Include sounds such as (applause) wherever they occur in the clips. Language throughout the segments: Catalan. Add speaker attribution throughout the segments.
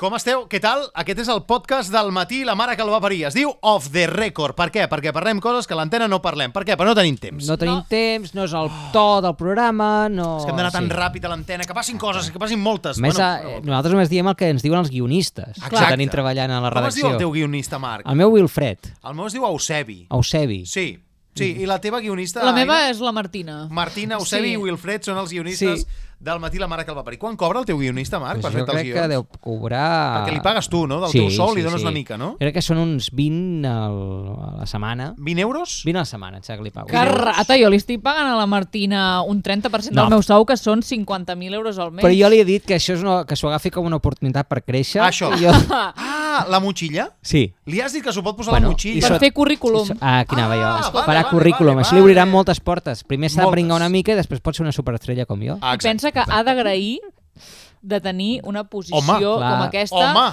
Speaker 1: Com esteu? Què tal? Aquest és el podcast del matí, la mare que el va parir. Es diu Off the Record. Per què? Perquè parlem coses que a l'antena no parlem. Per què? Perquè no tenim temps.
Speaker 2: No tenim no. temps, no és el to del programa, no...
Speaker 1: És que hem d'anar tan ràpid a l'antena, que passin coses, que passin moltes.
Speaker 2: Més a, eh, nosaltres només diem el que ens diuen els guionistes que
Speaker 1: Exacte.
Speaker 2: tenim treballant a la
Speaker 1: Com es diu
Speaker 2: redacció.
Speaker 1: el teu guionista, Marc?
Speaker 2: el Ah, meu Wilfred,
Speaker 1: El meu es diu Eusebi.
Speaker 2: Eusebi.
Speaker 1: Sí, sí.
Speaker 2: Mm-hmm.
Speaker 1: I la teva guionista...
Speaker 3: La meva
Speaker 1: Aina?
Speaker 3: és la Martina.
Speaker 1: Martina, Eusebi i
Speaker 3: Sí.
Speaker 1: Wilfred són els guionistes
Speaker 2: Sí.
Speaker 1: del matí, la mare que el va parir. Quan cobra el teu guionista, Marc, per
Speaker 2: jo
Speaker 1: fer-te els
Speaker 2: crec
Speaker 1: guions?
Speaker 2: que deu cobrar...
Speaker 1: Perquè li pagues tu, no? Del teu sou li dones una mica, no?
Speaker 2: Crec que són uns 20 al, a la setmana.
Speaker 1: 20 euros?
Speaker 2: 20 a la setmana, em sembla que li pago.
Speaker 3: Que rata, jo li estic pagant a la Martina un 30%
Speaker 2: No.
Speaker 3: del meu sou, que són 50.000 euros al mes.
Speaker 2: Però jo li he dit que això és una, que s'ho agafi com una oportunitat per créixer.
Speaker 1: Això.
Speaker 2: I Jo...
Speaker 1: (laughs) Ah, la motxilla?
Speaker 2: Sí.
Speaker 1: Li has dit que s'ho pot posar a
Speaker 2: Bueno,
Speaker 1: la
Speaker 2: i
Speaker 1: motxilla?
Speaker 3: Per
Speaker 2: sort-
Speaker 3: fer currículum.
Speaker 2: Ah, aquí anava
Speaker 1: Ah,
Speaker 2: jo.
Speaker 1: vale,
Speaker 2: Farà
Speaker 1: vale,
Speaker 2: currículum.
Speaker 1: vale,
Speaker 2: Això li obrirà
Speaker 1: vale.
Speaker 2: moltes portes. Primer s'ha de
Speaker 1: Moltes.
Speaker 2: pringar una mica i després pot ser una superestrella com jo.
Speaker 1: Ah,
Speaker 3: I pensa que ha d'agrair de tenir una posició
Speaker 1: Home,
Speaker 3: com
Speaker 2: clar.
Speaker 3: aquesta
Speaker 1: Home,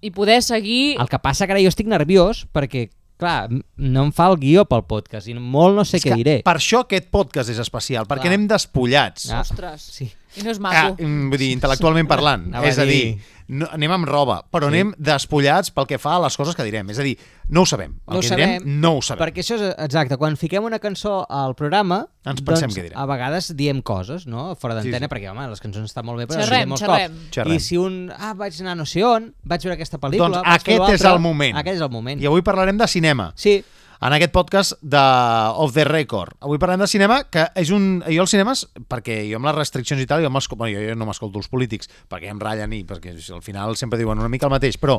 Speaker 3: i poder seguir...
Speaker 2: El que passa que ara jo estic nerviós perquè, clar, m- no em fa el guió pel podcast i molt no sé
Speaker 1: és
Speaker 2: què
Speaker 1: que
Speaker 2: diré.
Speaker 1: per això aquest podcast és especial, perquè
Speaker 2: Clar.
Speaker 1: anem despullats.
Speaker 2: Ah,
Speaker 3: Ostres,
Speaker 2: Sí.
Speaker 3: i no és
Speaker 1: Ah,
Speaker 3: maco.
Speaker 1: mm, vull dir, intel·lectualment parlant.
Speaker 2: Anava
Speaker 1: és a
Speaker 2: a
Speaker 1: dir,
Speaker 2: dir-
Speaker 1: no, anem amb roba, però sí. anem despullats pel que fa a les coses que direm. És a dir, no ho sabem. El
Speaker 2: No ho
Speaker 1: que direm,
Speaker 2: sabem,
Speaker 1: no ho sabem.
Speaker 2: Perquè això és exacte, quan fiquem una cançó al programa,
Speaker 1: Ens pensem
Speaker 2: doncs,
Speaker 1: què direm.
Speaker 2: a vegades diem coses, no? Fora d'antena,
Speaker 1: Sí, sí.
Speaker 2: perquè, home, les cançons estan molt bé, però
Speaker 3: Xerrem,
Speaker 2: les direm molts
Speaker 3: xerrem.
Speaker 2: cops.
Speaker 1: Xerrem.
Speaker 2: I si un, ah, vaig anar no sé on, vaig veure aquesta pel·lícula...
Speaker 1: Doncs
Speaker 2: vaig fer
Speaker 1: aquest és
Speaker 2: l'altra",
Speaker 1: el moment.
Speaker 2: Aquest és el moment.
Speaker 1: I avui parlarem de cinema.
Speaker 2: Sí,
Speaker 1: en aquest podcast de Off the Record. Avui parlem de cinema, que és un... Jo els cinemes, perquè jo amb les restriccions i tal, jo, m'esco- bueno, jo, jo no m'escolto els polítics, perquè em ratllen i perquè al final sempre diuen una mica el mateix, però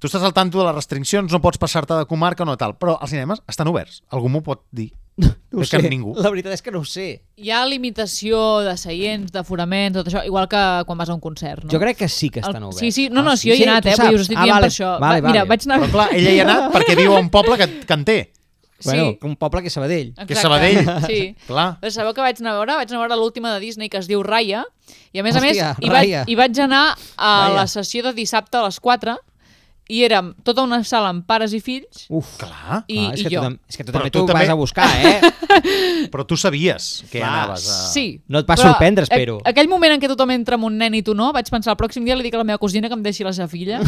Speaker 1: tu estàs al tanto de les restriccions, no pots passar-te de comarca, no tal, però els cinemes estan oberts. Algú m'ho pot dir.
Speaker 2: no ho
Speaker 1: Crec que
Speaker 2: sé.
Speaker 1: ningú.
Speaker 2: La veritat és que no ho sé.
Speaker 3: Hi ha limitació de seients, d'aforaments, tot això, igual que quan vas a un concert, no?
Speaker 2: Jo crec que sí que estan
Speaker 3: El-
Speaker 2: oberts.
Speaker 3: Sí, sí, no, no,
Speaker 2: Ah,
Speaker 3: si jo hi he anat,
Speaker 2: tu
Speaker 3: eh,
Speaker 2: saps.
Speaker 3: vull dir, us estic
Speaker 2: ah,
Speaker 3: dient
Speaker 2: vale,
Speaker 3: per això.
Speaker 2: Vale,
Speaker 3: Va- Mira,
Speaker 2: vale.
Speaker 3: vaig anar...
Speaker 1: Però clar, ella hi ha anat perquè viu a un poble que, que en té,
Speaker 2: Bueno,
Speaker 3: Sí.
Speaker 2: un poble que és Sabadell.
Speaker 1: que és
Speaker 3: Exacte.
Speaker 1: Sabadell.
Speaker 3: Sí.
Speaker 1: Clar.
Speaker 3: Però Doncs sabeu que vaig anar a veure? Vaig anar a veure l'última de Disney que es diu Raya i a més
Speaker 2: Hòstia,
Speaker 3: a més hi vaig,
Speaker 2: Raya.
Speaker 3: hi vaig anar a
Speaker 2: Raya.
Speaker 3: la sessió de dissabte a les 4 i érem tota una sala amb pares i fills
Speaker 2: Uf,
Speaker 1: Clar.
Speaker 3: i,
Speaker 2: Clar, és
Speaker 3: i
Speaker 2: que
Speaker 3: jo.
Speaker 2: Tu, tam- és que tu
Speaker 1: Però
Speaker 2: també
Speaker 1: tu
Speaker 2: t'ho
Speaker 1: també-
Speaker 2: vas a buscar, eh?
Speaker 1: Però tu sabies que
Speaker 2: Clar,
Speaker 1: anaves a...
Speaker 3: Sí.
Speaker 2: No et va
Speaker 3: (laughs) Però eh,
Speaker 2: sorprendre, espero.
Speaker 3: a- Aquell moment en què tothom entra amb un nen i tu no, vaig pensar el pròxim dia li dic a la meva cosina que em deixi la
Speaker 2: (laughs)
Speaker 3: seva filla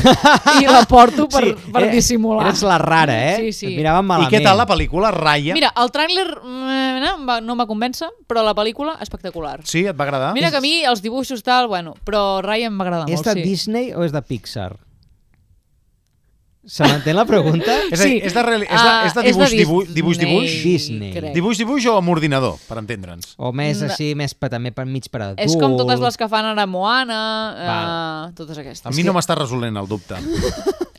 Speaker 3: i la porto per,
Speaker 2: Sí,
Speaker 3: per
Speaker 2: eh,
Speaker 3: dissimular.
Speaker 2: Eres la rara, eh?
Speaker 3: Sí, sí.
Speaker 2: Et miraven
Speaker 1: I
Speaker 2: malament.
Speaker 1: què tal la pel·lícula, Raya?
Speaker 3: Mira, el tràiler mm, no em va- no em va convèncer, però la pel·lícula espectacular.
Speaker 1: Sí, et va agradar?
Speaker 2: Ah,
Speaker 3: Mira que a mi els dibuixos tal, bueno, però Ryan em va agradar
Speaker 2: És
Speaker 3: molt,
Speaker 2: de
Speaker 3: sí.
Speaker 2: Disney o és de Pixar? Se m'entén la pregunta?
Speaker 1: És, a dir,
Speaker 3: Sí.
Speaker 1: és de, reali... és de,
Speaker 3: Ah,
Speaker 1: és de dibuix, dibuix, dibuix, dibuix?
Speaker 3: Disney,
Speaker 2: Disney.
Speaker 3: crec.
Speaker 1: Dibuix, dibuix o amb ordinador, per entendre'ns.
Speaker 2: O més
Speaker 3: No.
Speaker 2: així, més per, també per mig per adult?
Speaker 3: És com totes les que fan ara Moana,
Speaker 2: Val.
Speaker 3: eh, totes aquestes.
Speaker 1: A mi no m'està resolent el
Speaker 3: (laughs)
Speaker 1: dubte.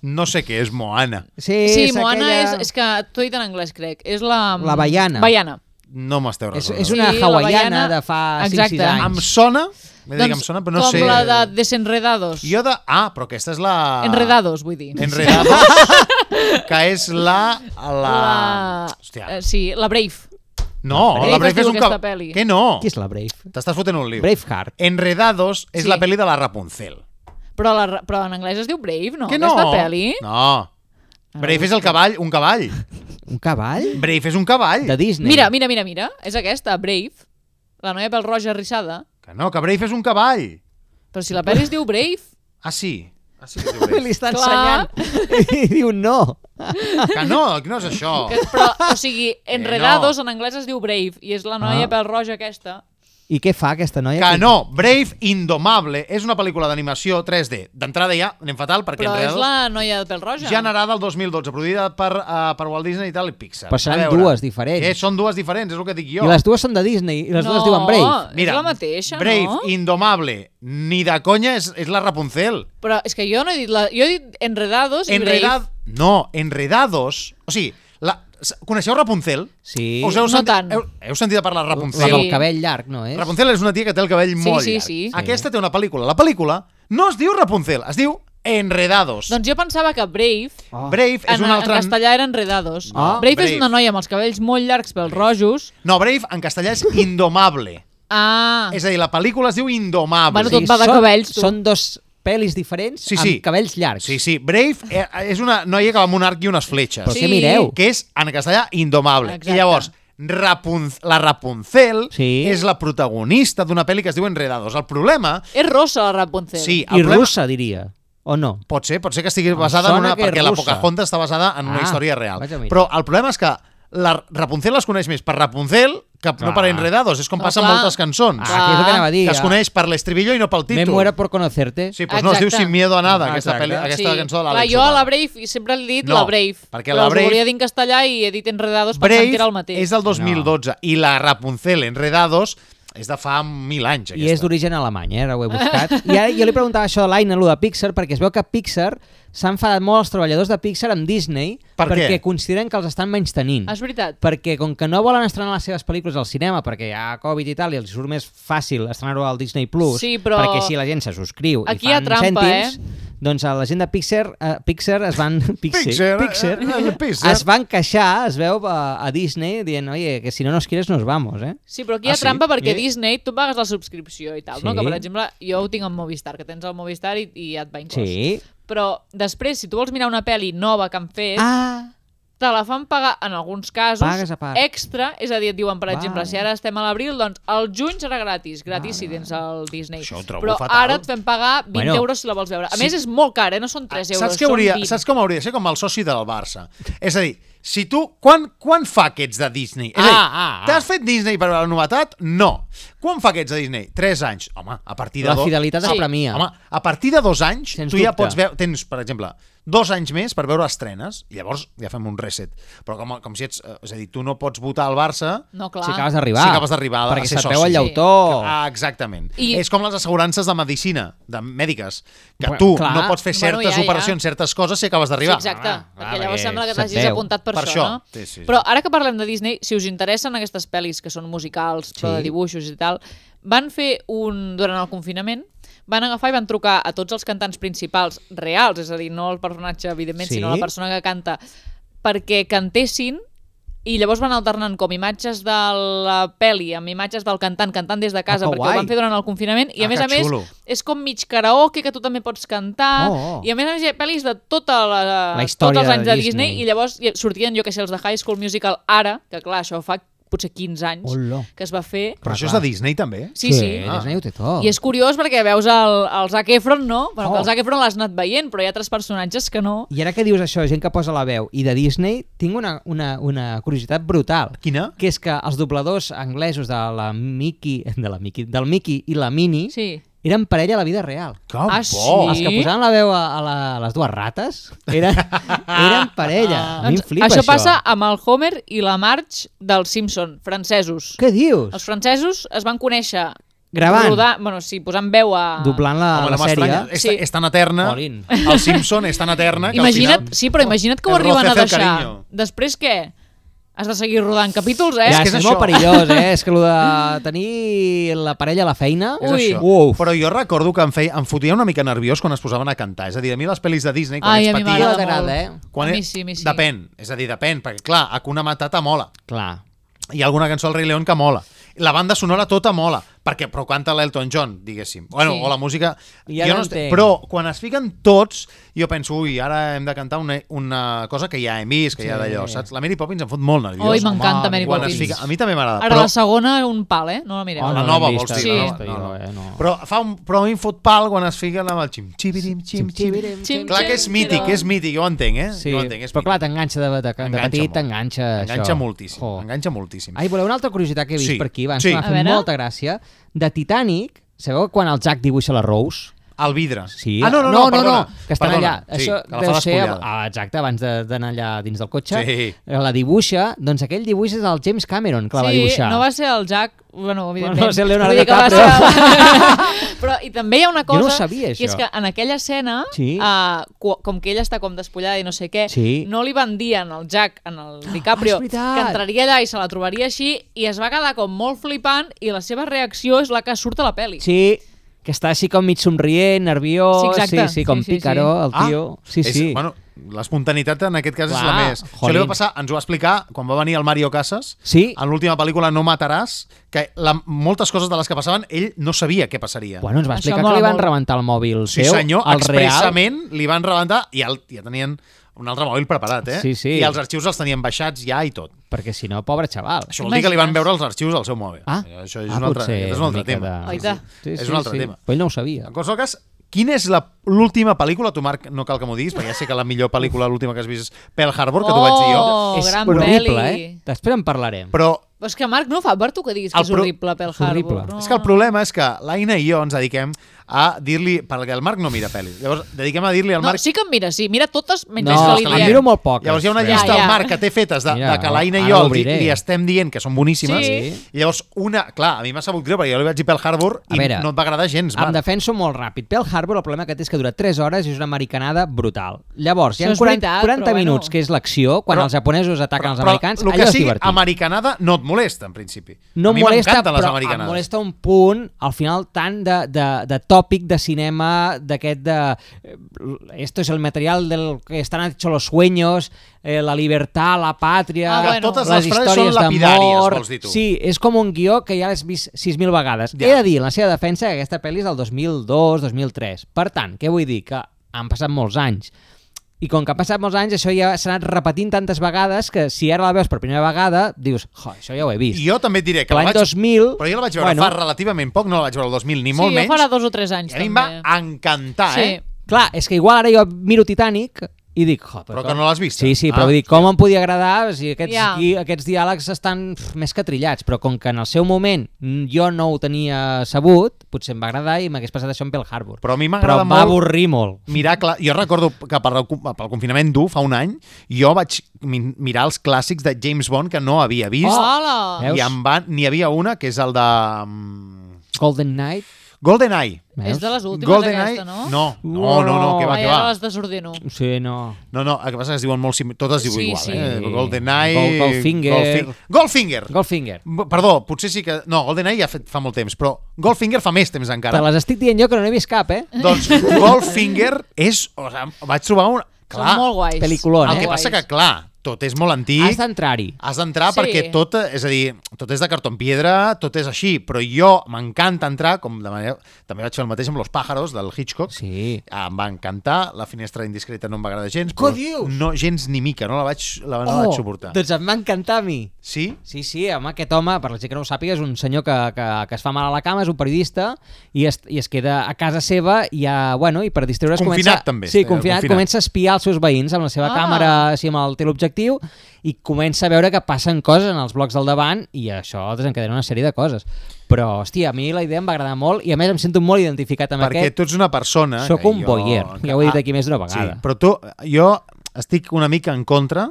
Speaker 1: No sé què és Moana.
Speaker 2: Sí,
Speaker 3: Sí,
Speaker 2: és
Speaker 3: Moana
Speaker 2: aquella...
Speaker 3: és, és que t'ho he dit en anglès, crec. És la... mm,
Speaker 2: La baiana.
Speaker 3: Baiana.
Speaker 1: No m'esteu
Speaker 2: És,
Speaker 1: resolent.
Speaker 2: és una
Speaker 3: Sí, la
Speaker 2: hawaiana
Speaker 3: baiana-
Speaker 2: de fa 5-6
Speaker 3: Exacte.
Speaker 2: anys.
Speaker 1: Em sona, m'he de dir que em sona, però no
Speaker 3: Doncs com
Speaker 1: sé.
Speaker 3: la de Desenredados.
Speaker 1: Jo de... Ah, però aquesta és la...
Speaker 3: Enredados, vull dir. (laughs)
Speaker 1: Enredados. que és la... La...
Speaker 3: La...
Speaker 1: Hòstia.
Speaker 3: eh, sí, la Brave.
Speaker 1: No,
Speaker 3: Brave
Speaker 1: la
Speaker 3: es
Speaker 1: Brave
Speaker 3: diu
Speaker 1: és un...
Speaker 3: aquesta pel·li.
Speaker 1: Què no?
Speaker 2: Qui és la Brave?
Speaker 1: T'estàs fotent un lío.
Speaker 2: Braveheart.
Speaker 1: Enredados és
Speaker 3: Sí.
Speaker 1: la pel·li de la Rapunzel.
Speaker 3: Però, la, però en anglès es diu Brave, no?
Speaker 1: que no?
Speaker 3: Aquesta pel·li.
Speaker 1: No. Brave és el cavall, un cavall.
Speaker 2: Un cavall?
Speaker 1: Brave és un cavall.
Speaker 2: De Disney?
Speaker 3: Mira, mira, mira, mira. És aquesta, Brave. La noia pel roja rissada.
Speaker 1: Que no, que Brave és un cavall.
Speaker 3: Però si la pel·li es diu Brave...
Speaker 1: Ah, sí. Ah, sí que es diu Brave.
Speaker 2: Li està
Speaker 3: Clar.
Speaker 2: ensenyant. I diu no.
Speaker 1: Que no, que no és això.
Speaker 3: Que, però, o sigui,
Speaker 1: Oh. (laughs) Eh, no.
Speaker 3: Enredados en anglès es diu Brave i és la
Speaker 2: Ah.
Speaker 3: noia pel roja aquesta.
Speaker 2: I què fa aquesta noia?
Speaker 1: Que no, Brave Indomable és una pel·lícula d'animació 3D. D'entrada ja anem fatal perquè
Speaker 3: Però
Speaker 1: en
Speaker 3: és
Speaker 1: real
Speaker 3: la noia de pèl roja.
Speaker 1: generada el 2012, produïda per, uh, per Walt Disney i tal i Pixar.
Speaker 2: Però seran
Speaker 1: A veure.
Speaker 2: dues diferents.
Speaker 1: Eh, són dues diferents, és el que dic jo.
Speaker 2: I les dues són de Disney i les
Speaker 3: no,
Speaker 2: dues diuen Brave.
Speaker 3: és la mateixa,
Speaker 1: Brave,
Speaker 3: no?
Speaker 1: Indomable, ni de conya és, és la Rapunzel.
Speaker 3: Però és que jo no he dit... La... Jo he dit Enredados i
Speaker 1: Enredad... No, Enredados... O sigui, la... s- coneixeu Rapunzel?
Speaker 2: Sí.
Speaker 1: Us heu
Speaker 3: No
Speaker 1: sentit...
Speaker 3: tant.
Speaker 1: Heu, heu sentit a parlar de
Speaker 2: La
Speaker 1: Rapunzel?
Speaker 2: del
Speaker 3: Sí.
Speaker 2: cabell llarg, no és?
Speaker 1: Rapunzel és una tia que té el cabell
Speaker 3: Sí,
Speaker 1: molt
Speaker 3: sí,
Speaker 1: llarg.
Speaker 3: sí.
Speaker 1: Aquesta té una pel·lícula. La pel·lícula no es diu Rapunzel, es diu Enredados.
Speaker 3: Brave. Doncs jo pensava que Brave...
Speaker 2: Oh.
Speaker 1: Brave és
Speaker 3: En,
Speaker 1: un altre...
Speaker 3: en castellà era Enredados.
Speaker 2: Ah,
Speaker 3: Brave,
Speaker 1: Brave.
Speaker 3: és una noia amb els cabells molt llargs pels rojos.
Speaker 1: No, Brave en castellà és Indomable.
Speaker 3: Ah,
Speaker 1: És a dir, la pel·lícula es diu Indomable.
Speaker 3: Bueno, tot va de
Speaker 2: són,
Speaker 3: cabells, tu.
Speaker 2: Són dos pel·lis diferents
Speaker 1: Sí, sí.
Speaker 2: amb cabells llargs.
Speaker 1: Sí, sí. Brave eh, és una noia que va amb un arc i unes fletxes.
Speaker 2: Però
Speaker 3: Sí.
Speaker 2: què mireu?
Speaker 1: Que és, en castellà, Indomable.
Speaker 3: Exacte.
Speaker 1: I llavors, Rapunz la Rapunzel
Speaker 2: Sí.
Speaker 1: és la protagonista d'una pel·li que es diu Enredados. El problema...
Speaker 3: és rossa la Rapunzel.
Speaker 1: Sí, el
Speaker 2: I
Speaker 1: problema...
Speaker 2: russa, diria. O no?
Speaker 1: Pot ser, pot ser que estigui basada en
Speaker 2: sona
Speaker 1: una...
Speaker 2: que és
Speaker 1: Perquè la
Speaker 2: russa.
Speaker 1: Pocahontas està basada en una
Speaker 2: Ah,
Speaker 1: història real.
Speaker 2: vaig a mirar.
Speaker 1: Però el problema és que la Rapunzel es coneix més per Rapunzel que no
Speaker 2: Clar.
Speaker 1: per Enredados. És com
Speaker 3: No,
Speaker 1: passa en
Speaker 3: clar.
Speaker 1: moltes cançons.
Speaker 2: Ah, que és el que anava a dir.
Speaker 1: que es coneix per l'estribillo i no pel
Speaker 2: Me
Speaker 1: títol.
Speaker 2: muero por conocerte.
Speaker 1: Sí, doncs no, es diu
Speaker 3: Exacte.
Speaker 1: Sin miedo a nada,
Speaker 2: Ah,
Speaker 1: aquesta,
Speaker 2: exacte.
Speaker 1: peli, aquesta cançó de
Speaker 3: Clar,
Speaker 1: l'Àlex.
Speaker 3: jo a la
Speaker 1: Ubago.
Speaker 3: Brave sempre he dit
Speaker 1: No,
Speaker 3: la Brave.
Speaker 1: perquè
Speaker 3: però
Speaker 1: la
Speaker 3: us ho
Speaker 1: Brave-
Speaker 3: volia dir en castellà i he dit Enredados pensant que era el mateix.
Speaker 1: és del 2012 i la Rapunzel Enredados és de fa mil anys.
Speaker 2: I és
Speaker 1: Aquesta.
Speaker 2: d'origen alemany, eh? ara ho he buscat. I ara jo li preguntava això a l'Aina, allò de Pixar, perquè es veu que Pixar s'ha enfadat molt els treballadors de Pixar amb Disney
Speaker 1: Per què?
Speaker 2: perquè consideren que els estan menys tenint.
Speaker 3: Ah, És veritat.
Speaker 2: perquè com que no volen estrenar les seves pel·lícules al cinema perquè hi ha Covid i tal i els surt més fàcil estrenar-ho al Disney Plus
Speaker 3: Sí, però-
Speaker 2: perquè si la gent se subscriu
Speaker 3: Aquí
Speaker 2: i
Speaker 3: hi ha
Speaker 2: fan
Speaker 3: trampa, eh?
Speaker 2: cèntims doncs a la gent de Pixar, eh, Pixar es
Speaker 1: (laughs)
Speaker 2: van Pixar,
Speaker 1: Pixar, eh,
Speaker 2: Pixar,
Speaker 1: eh, el Pixar.
Speaker 2: es van queixar, es veu a, a Disney dient, oye, que si no nos quieres nos vamos eh?
Speaker 3: Sí, però aquí hi
Speaker 1: Ah,
Speaker 3: ha
Speaker 1: sí?
Speaker 3: trampa perquè
Speaker 2: Sí.
Speaker 3: Disney tu pagues la subscripció i tal, no?
Speaker 2: Sí.
Speaker 3: Que, per exemple, jo ho tinc amb Movistar, que tens el Movistar i, i et va inclòs.
Speaker 2: sí,
Speaker 3: Però després, si tu vols mirar una pel·li nova que han fet,
Speaker 2: ah,
Speaker 3: te la fan pagar, en alguns casos,
Speaker 2: Pagues a part.
Speaker 3: extra. És a dir, et diuen, per
Speaker 2: Vale.
Speaker 3: exemple, si ara estem a l'abril, doncs el juny serà gratis. Gratis si tens el Disney.
Speaker 1: Això ho trobo
Speaker 3: Però
Speaker 1: fatal.
Speaker 3: ara et fem pagar 20
Speaker 2: Bueno,
Speaker 3: euros si la vols veure. A
Speaker 1: sí. Ah,
Speaker 3: més, és molt car, eh? No són 3 euros,
Speaker 1: saps, que hauria,
Speaker 3: són 20.
Speaker 1: saps com hauria de ser? Com el soci del Barça. És a dir, si tu... Quan, quan fa que ets de Disney? És a dir,
Speaker 2: Ah, ah, ah.
Speaker 1: t'has fet Disney per la novetat? No. Quan fa que ets de Disney? 3 anys. Home, a partir de...
Speaker 2: la
Speaker 1: do-
Speaker 2: fidelitat es
Speaker 3: Sí.
Speaker 2: premia
Speaker 1: Home, a partir de dos anys,
Speaker 2: Sens
Speaker 1: tu ja
Speaker 2: dubte.
Speaker 1: pots veure... Tens, per exemple, dos anys més per veure estrenes, i llavors ja fem un reset. Però com, com si ets... eh, És a dir, tu no pots votar al Barça
Speaker 3: No, clar.
Speaker 2: si acabes d'arribar
Speaker 1: Sí, acabes d'arribar a
Speaker 2: perquè
Speaker 1: ser
Speaker 2: se't veu
Speaker 1: soci.
Speaker 2: el llautó
Speaker 1: Ah, exactament. I...
Speaker 3: I-
Speaker 1: És com les assegurances de medicina, de mèdiques, que
Speaker 2: Bueno,
Speaker 1: tu
Speaker 2: clar.
Speaker 1: no pots fer certes
Speaker 3: Bueno, ja, ja.
Speaker 1: operacions, certes coses si acabes d'arribar.
Speaker 3: Sí, exacte,
Speaker 2: Ah,
Speaker 3: ah,
Speaker 2: clar,
Speaker 3: perquè llavors
Speaker 2: perquè
Speaker 3: sembla que
Speaker 2: se't
Speaker 3: t'hagis
Speaker 2: veu.
Speaker 3: apuntat per,
Speaker 1: Per això,
Speaker 3: no?
Speaker 1: sí, sí.
Speaker 3: Però ara que parlem de Disney, si us interessen aquestes pel·lis que són musicals, sí. però
Speaker 2: Sí.
Speaker 3: de dibuixos i tal, van fer un... durant el confinament, van agafar i van trucar a tots els cantants principals reals, és a dir, no el personatge, evidentment,
Speaker 2: Sí.
Speaker 3: sí. sinó la persona que canta, perquè cantessin i llavors van alternant com imatges de la pel·li amb imatges del cantant cantant des de casa,
Speaker 2: que
Speaker 3: perquè
Speaker 2: guai.
Speaker 3: ho van fer durant el confinament i
Speaker 1: Ah,
Speaker 3: a més
Speaker 1: que
Speaker 3: a més
Speaker 1: xulo.
Speaker 3: és com mig karaoke que tu també pots cantar
Speaker 2: Oh, oh.
Speaker 3: i a més a més hi ha pel·lis de tota la,
Speaker 2: La
Speaker 3: tots
Speaker 2: història
Speaker 3: els anys
Speaker 2: de
Speaker 3: de Disney,
Speaker 2: Disney.
Speaker 3: i llavors hi- sortien, jo que sé, els de High School Musical ara, que clar, això fa potser 15 anys
Speaker 2: Hola.
Speaker 3: que es va fer.
Speaker 1: Però això és de Disney, també?
Speaker 3: Sí, sí.
Speaker 1: Ah.
Speaker 2: Disney ho té tot
Speaker 3: I és curiós perquè veus el, el Zac Efron, no? Bueno,
Speaker 2: Oh.
Speaker 3: que el Zac Efron l'has anat veient, però hi ha altres personatges que no.
Speaker 2: I ara que dius això, gent que posa la veu, i de Disney, tinc una, una, una curiositat brutal,
Speaker 1: Quina?
Speaker 2: que és que els dobladors anglesos de la Mickey, de la Mickey, del Mickey i la Minnie sí.
Speaker 3: Sí.
Speaker 2: eren parella a la vida real.
Speaker 1: Que
Speaker 3: Ah,
Speaker 1: bo!
Speaker 2: Els que
Speaker 3: Sí?
Speaker 2: posaven la veu a, a, la, a les dues rates eren, eren parella. A mi em
Speaker 3: Doncs
Speaker 2: flipa
Speaker 3: això
Speaker 2: això.
Speaker 3: passa amb el Homer i la Marge del Simpson, francesos.
Speaker 2: Què dius?
Speaker 3: Els francesos es van conèixer
Speaker 2: Gravant,
Speaker 3: rodar, bueno, sí, posant veu a...
Speaker 2: doblant la,
Speaker 1: Home,
Speaker 2: la
Speaker 1: no m'estranya.
Speaker 2: Ah, sèrie.
Speaker 1: És,
Speaker 3: Sí.
Speaker 1: és tan eterna.
Speaker 2: Olin.
Speaker 1: El Simpson és tan eterna que
Speaker 3: Imagina't,
Speaker 1: al final...
Speaker 3: sí, però imagina't que ho
Speaker 1: El
Speaker 3: arriben a
Speaker 1: roce hace el
Speaker 3: deixar.
Speaker 1: cariño.
Speaker 3: Després què? Has de seguir rodant capítols, eh?
Speaker 2: Ja,
Speaker 1: que
Speaker 2: és,
Speaker 1: és
Speaker 2: és molt
Speaker 1: això.
Speaker 2: perillós, eh? És que el de tenir la parella a la feina...
Speaker 1: És
Speaker 3: Ui.
Speaker 1: això.
Speaker 2: Uf.
Speaker 1: Però jo recordo que em, feia, em fotia una mica nerviós quan es posaven a cantar. És a dir, a mi les pel·lis de Disney, quan
Speaker 3: Ai,
Speaker 1: ets
Speaker 3: a mi
Speaker 1: petit...
Speaker 2: m'agrada.
Speaker 3: m'agrada
Speaker 2: t'agrada,
Speaker 3: molt.
Speaker 2: eh?
Speaker 1: Quan
Speaker 3: a mi
Speaker 1: ets-
Speaker 3: sí, a mi sí.
Speaker 1: Depèn, és a dir, depèn, perquè clar, Hakuna Matata mola.
Speaker 2: Clar.
Speaker 1: hi ha alguna cançó al Rei León que mola. La banda sonora tota mola, perquè però canta l'Elton John, diguéssim. Bueno,
Speaker 3: Sí.
Speaker 1: sí. o la música...
Speaker 2: Ja
Speaker 1: jo no
Speaker 2: l'entenc.
Speaker 1: estic- Però quan es fiquen tots, jo penso, ui, ara hem de cantar una, una cosa que ja hem vist, que sí. ja d'allò, saps? La Mary Poppins em fot molt nerviós.
Speaker 3: Oi, m'encanta Mary
Speaker 1: quan es
Speaker 3: Poppins.
Speaker 1: fica... A mi també m'agrada,
Speaker 3: Ara
Speaker 1: però...
Speaker 3: la segona, un pal, eh? No la mireu.
Speaker 2: Oh,
Speaker 1: La
Speaker 2: no.
Speaker 1: nova,
Speaker 2: l'he
Speaker 1: vols dir?
Speaker 2: vista,
Speaker 1: la
Speaker 3: sí.
Speaker 1: nova. No,
Speaker 2: Jo, eh,
Speaker 1: no.
Speaker 2: no.
Speaker 1: Però, fa un, però a mi em fot pal quan es fica amb el xim, xim, xim, xim,
Speaker 3: Xim,
Speaker 1: Clar que és
Speaker 3: xim,
Speaker 1: mític,
Speaker 3: xim.
Speaker 1: és mític, jo ho entenc, eh?
Speaker 2: Sí,
Speaker 1: jo ho entenc, és
Speaker 2: però clar,
Speaker 1: mític.
Speaker 2: t'enganxa de, de, de
Speaker 1: Enganxa
Speaker 2: petit,
Speaker 1: molt.
Speaker 2: t'enganxa això.
Speaker 1: enganxa moltíssim,
Speaker 2: Jo.
Speaker 1: enganxa moltíssim.
Speaker 2: Ai, voleu una altra curiositat que he vist
Speaker 1: Sí,
Speaker 2: per aquí abans?
Speaker 1: sí.
Speaker 2: que M'ha
Speaker 3: A
Speaker 2: fet
Speaker 3: veure.
Speaker 2: molta gràcia. De Titanic, sabeu quan el Jack dibuixa la Rose?
Speaker 1: El vidre.
Speaker 2: Sí.
Speaker 1: ah, no, no, no,
Speaker 2: no,
Speaker 1: perdona,
Speaker 2: que estan
Speaker 1: perdona.
Speaker 2: allà.
Speaker 1: Sí,
Speaker 2: Això
Speaker 1: que la fa
Speaker 2: deu ser,
Speaker 1: despullada.
Speaker 2: ah, exacte, abans de- d'anar allà dins del cotxe. Eh,
Speaker 1: Sí.
Speaker 2: La dibuixa, doncs aquell dibuix és el James Cameron que la va dibuixar.
Speaker 3: no va ser el Jack, bueno, evidentment.
Speaker 2: va ser el Leonardo
Speaker 3: Vull dir que va
Speaker 2: DiCaprio.
Speaker 3: ser- (laughs) Però, i també hi ha una
Speaker 2: Jo
Speaker 3: cosa...
Speaker 2: no ho sabia,
Speaker 3: Que és
Speaker 2: això.
Speaker 3: que en aquella escena,
Speaker 2: Sí.
Speaker 3: eh, cu- com que ella està com despullada i no sé què,
Speaker 2: Sí.
Speaker 3: no li van dir en el Jack, en el DiCaprio,
Speaker 2: Ah, és veritat.
Speaker 3: que entraria allà i se la trobaria així, i es va quedar com molt flipant, i la seva reacció és la que surt a la pel·li.
Speaker 2: Sí, que està així com mig somrient, nerviós,
Speaker 3: Sí, exacte.
Speaker 2: sí, sí com
Speaker 3: Sí, sí, sí.
Speaker 2: picaró, el tio. sí,
Speaker 1: Ah, és,
Speaker 2: sí.
Speaker 1: Bueno, l'espontaneïtat en aquest cas és
Speaker 2: Clar,
Speaker 1: la més. Això
Speaker 2: jolín.
Speaker 1: li va passar, ens ho va explicar quan va venir el Mario Casas,
Speaker 2: Sí.
Speaker 1: en l'última pel·lícula No mataràs, que la, moltes coses de les que passaven ell no sabia què passaria.
Speaker 2: Bueno, ens va
Speaker 3: Això
Speaker 2: explicar que
Speaker 3: mola
Speaker 2: li van
Speaker 3: molt.
Speaker 2: rebentar el mòbil
Speaker 1: sí
Speaker 2: seu,
Speaker 1: senyor,
Speaker 2: el real.
Speaker 1: expressament li van rebentar i el, ja tenien un altre mòbil preparat, eh?
Speaker 2: Sí, sí.
Speaker 1: I els arxius els tenien baixats ja i tot.
Speaker 2: Perquè si no, pobre xaval.
Speaker 1: Això vol dir que li van veure els arxius al seu mòbil.
Speaker 2: Ah,
Speaker 1: Això és
Speaker 2: ah,
Speaker 1: un altre,
Speaker 2: potser
Speaker 1: és un
Speaker 2: una
Speaker 1: altre
Speaker 2: mica
Speaker 1: tema.
Speaker 2: de-
Speaker 3: Oita.
Speaker 1: és un altre tema.
Speaker 2: Però ell no ho sabia.
Speaker 1: En qualsevol cas, Quina és la- l'última pel·lícula, tu Marc, no cal que m'ho diguis, perquè ja sé que la millor pel·lícula, l'última que has vist és Pearl Harbor, que t'ho vaig dir jo,
Speaker 3: Oh,
Speaker 2: és
Speaker 3: gran
Speaker 2: horrible,
Speaker 3: peli.
Speaker 2: eh? Després en parlarem.
Speaker 1: però
Speaker 3: Però és que Marc no fa verto que diguis que
Speaker 1: El
Speaker 3: és
Speaker 1: pro-
Speaker 3: horrible Pearl
Speaker 2: És horrible.
Speaker 3: Harbor. No,
Speaker 1: és que el problema és que l'Aina i jo ens dediquem a dir-li, perquè el Marc no mira pel·lis, llavors dediquem a dir-li
Speaker 3: no,
Speaker 1: al Marc...
Speaker 3: sí que em mira, sí, mira totes menys
Speaker 2: No,
Speaker 3: que li
Speaker 1: que
Speaker 2: em
Speaker 1: la-
Speaker 3: diem.
Speaker 2: miro molt poques.
Speaker 1: Llavors hi ha una
Speaker 2: Ja,
Speaker 1: llista
Speaker 3: ja.
Speaker 1: al Marc que té fetes de,
Speaker 2: Mira,
Speaker 1: de que l'Aina i
Speaker 2: ara
Speaker 1: jo
Speaker 2: ho
Speaker 1: li,
Speaker 2: obriré.
Speaker 1: li estem dient que són boníssimes.
Speaker 3: Sí.
Speaker 1: I llavors una... Clar, a mi m'ha sabut greu perquè jo li vaig dir Pearl Harbor
Speaker 2: A
Speaker 1: i
Speaker 2: veure,
Speaker 1: no et va agradar gens,
Speaker 2: Em
Speaker 1: Marc.
Speaker 2: defenso molt ràpid. Pearl Harbor, el problema que té és que dura 3 hores i és una americanada brutal. Llavors, hi ha
Speaker 3: Això és
Speaker 2: 40,
Speaker 3: veritat,
Speaker 2: 40
Speaker 3: però
Speaker 2: minuts,
Speaker 3: bueno.
Speaker 2: que és l'acció, quan
Speaker 1: Però-
Speaker 2: els japonesos ataquen els americans,
Speaker 1: però, el que
Speaker 2: allò és
Speaker 1: sigui
Speaker 2: divertit.
Speaker 1: americanada no et molesta, en principi.
Speaker 2: no
Speaker 1: a mi
Speaker 2: molesta,
Speaker 1: m'encanten les
Speaker 2: però em
Speaker 1: americanades.
Speaker 2: molesta un punt, al final, tant de, de, de tòpic de cinema, d'aquest de... eh, Esto es el material del que estan hecho los sueños, eh, la libertad, la patria...
Speaker 3: Ah,
Speaker 1: Que
Speaker 3: bueno.
Speaker 1: totes
Speaker 2: les
Speaker 1: les frases són
Speaker 2: històries
Speaker 1: lapidàries,
Speaker 2: d'amor...
Speaker 1: vols dir tu.
Speaker 2: Sí, és com un guió que ja l'has vist 6.000 vegades.
Speaker 1: Ja.
Speaker 2: Ja. He de dir, en la seva defensa, que aquesta pel·li és del 2002-2003. Per tant, què vull dir? Que han passat molts anys. I com que han passat molts anys, això ja s'ha anat repetint tantes vegades que si ara la veus per primera vegada, dius, jo, això ja ho he vist.
Speaker 1: I jo també et diré que la
Speaker 2: L'any
Speaker 1: vaig...
Speaker 2: 2000...
Speaker 1: Però jo la vaig veure bueno. fa relativament poc, no la vaig veure el 2000, ni
Speaker 3: Sí,
Speaker 1: molt
Speaker 3: jo
Speaker 1: menys.
Speaker 3: farà dos o tres anys,
Speaker 1: I a mi em
Speaker 3: també.
Speaker 1: va encantar,
Speaker 3: sí.
Speaker 1: eh?
Speaker 2: Clar, és que igual ara jo miro Titanic i dic... Jo,
Speaker 1: Però que no l'has vista.
Speaker 2: Sí, sí, però
Speaker 1: Ah.
Speaker 2: vull dir, com em podia agradar si aquests,
Speaker 3: Ja.
Speaker 2: yeah. aquests diàlegs estan pff, més que trillats, però com que en el seu moment mm, jo no ho tenia sabut, potser em va agradar i m'hagués passat això en Pearl Harbor.
Speaker 1: Però a mi
Speaker 2: però
Speaker 1: m'agrada
Speaker 2: em va
Speaker 1: molt...
Speaker 2: avorrir molt.
Speaker 1: mirar... Cla... Jo recordo que per el, con- pel confinament dur, fa un any, jo vaig mi- mirar els clàssics de James Bond que no havia vist.
Speaker 3: Hola!
Speaker 2: Eh, veus?
Speaker 1: I em van... N'hi havia una, que és el de... mm,
Speaker 2: Golden Knight...
Speaker 1: GoldenEye.
Speaker 3: És de les últimes,
Speaker 1: GoldenEye...
Speaker 3: aquesta, no?
Speaker 1: No, no, no, no, que va,
Speaker 3: Ai,
Speaker 1: que
Speaker 3: ara
Speaker 1: va.
Speaker 3: les desordeno.
Speaker 2: Sí, no...
Speaker 1: No, no, el que passa és que es diuen molt sim... Totes es diuen
Speaker 3: Sí,
Speaker 1: igual,
Speaker 3: sí.
Speaker 1: eh? GoldenEye...
Speaker 2: Gol- Goldfinger.
Speaker 1: Goldfi- Goldfinger!
Speaker 2: Goldfinger.
Speaker 1: B- Perdó, potser sí que... No, GoldenEye ja fa, fa molt temps, però Goldfinger fa més temps
Speaker 2: Te
Speaker 1: encara.
Speaker 2: les estic dient jo que no n'he vist cap, eh?
Speaker 1: Doncs Goldfinger és... O sigui, vaig trobar un... Clar,
Speaker 3: Són molt guais.
Speaker 2: Peliculón,
Speaker 1: el que
Speaker 2: guais.
Speaker 1: passa que, clar, tot és molt antic.
Speaker 2: eh, Has d'entrar-hi.
Speaker 1: Has d'entrar
Speaker 3: Sí.
Speaker 1: sí. perquè tot, és a dir, tot és de cartó en piedra, tot és així, però jo m'encanta entrar, com de manera... També vaig fer el mateix amb Los Pájaros, del Hitchcock.
Speaker 2: Sí.
Speaker 1: Ah, em va encantar, la finestra indiscreta no em va agradar gens.
Speaker 2: Què
Speaker 1: però
Speaker 2: dius?
Speaker 1: No, gens ni mica, no la vaig, la, no la vaig suportar.
Speaker 2: doncs em va encantar a mi.
Speaker 1: Sí?
Speaker 2: Sí, sí, home, aquest home, per la gent que no ho sàpiga, és un senyor que, que, que es fa mal a la cama, és un periodista, i es, i es queda a casa seva i, a, bueno, i per distreure's
Speaker 1: Confinat,
Speaker 2: comença...
Speaker 1: també.
Speaker 2: Sí,
Speaker 1: Eh,
Speaker 2: confinat,
Speaker 1: confinat.
Speaker 2: comença a espiar els seus veïns amb la seva
Speaker 3: Ah.
Speaker 2: càmera, així amb el teleobjectiu, i comença a veure que passen coses en els blocs del davant, i això desencadena una sèrie de coses. Però, hòstia, a mi la idea em va agradar molt, i a més em sento molt identificat amb
Speaker 1: Perquè
Speaker 2: aquest.
Speaker 1: tu ets una persona...
Speaker 2: Sóc
Speaker 1: que Ah,
Speaker 2: un voyeur, ja ho he dit aquí més d'una vegada.
Speaker 1: Sí, però tu, jo estic una mica en contra